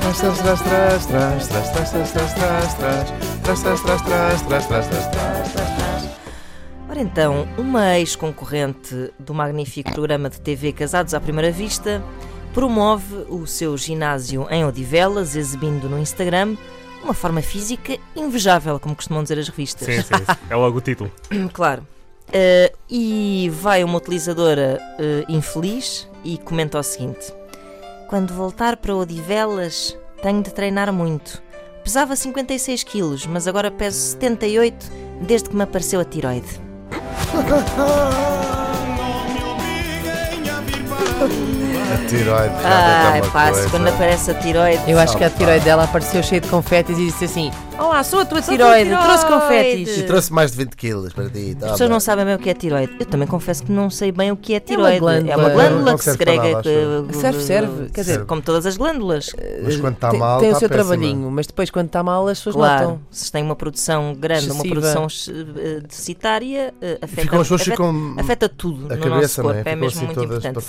Trás, trás, trás, trás, trás, trás, trás, trás, trás, trás, trás, trás, trás, trás, trás, trás, trás, trás, trás. Ora então, uma ex-concorrente do magnífico programa de TV Casados à Primeira Vista promove o seu ginásio em Odivelas, exibindo no Instagram uma forma física invejável, como costumam dizer as revistas. Sim, sim, sim. É logo o título. Claro. Eh, e vai uma utilizadora eh, infeliz e comenta o seguinte: Quando voltar para Odivelas, tenho de treinar muito. Pesava 56 quilos, mas agora peso 78 desde que me apareceu a tiroide. A tiroide. Ai, pá, se quando aparece a tiroide. Eu acho que a tiroide dela apareceu cheia de confetes e disse assim: Olá, sou a tua Sou a tiroide, tiroide." trouxe confetes. E trouxe mais de 20 quilos para ti. As pessoas não sabem bem o que é tiroide. Eu também confesso que não sei bem o que é tiroide. glândula. Não que serve segrega. para nada, acho que- Serve, serve. Quer dizer, como todas as glândulas. Mas quando está tem, Tá mal, tem está o seu péssima. trabalhinho, mas depois quando está mal as pessoas Claro, notam. se tem uma produção grande, Excessiva. uma produção eh, deficitária, eh, afeta, Ficam, as pessoas afeta- ficam afeta tudo a no nosso cabeça, não corpo. é? É Ficam mesmo assim muito todas importante.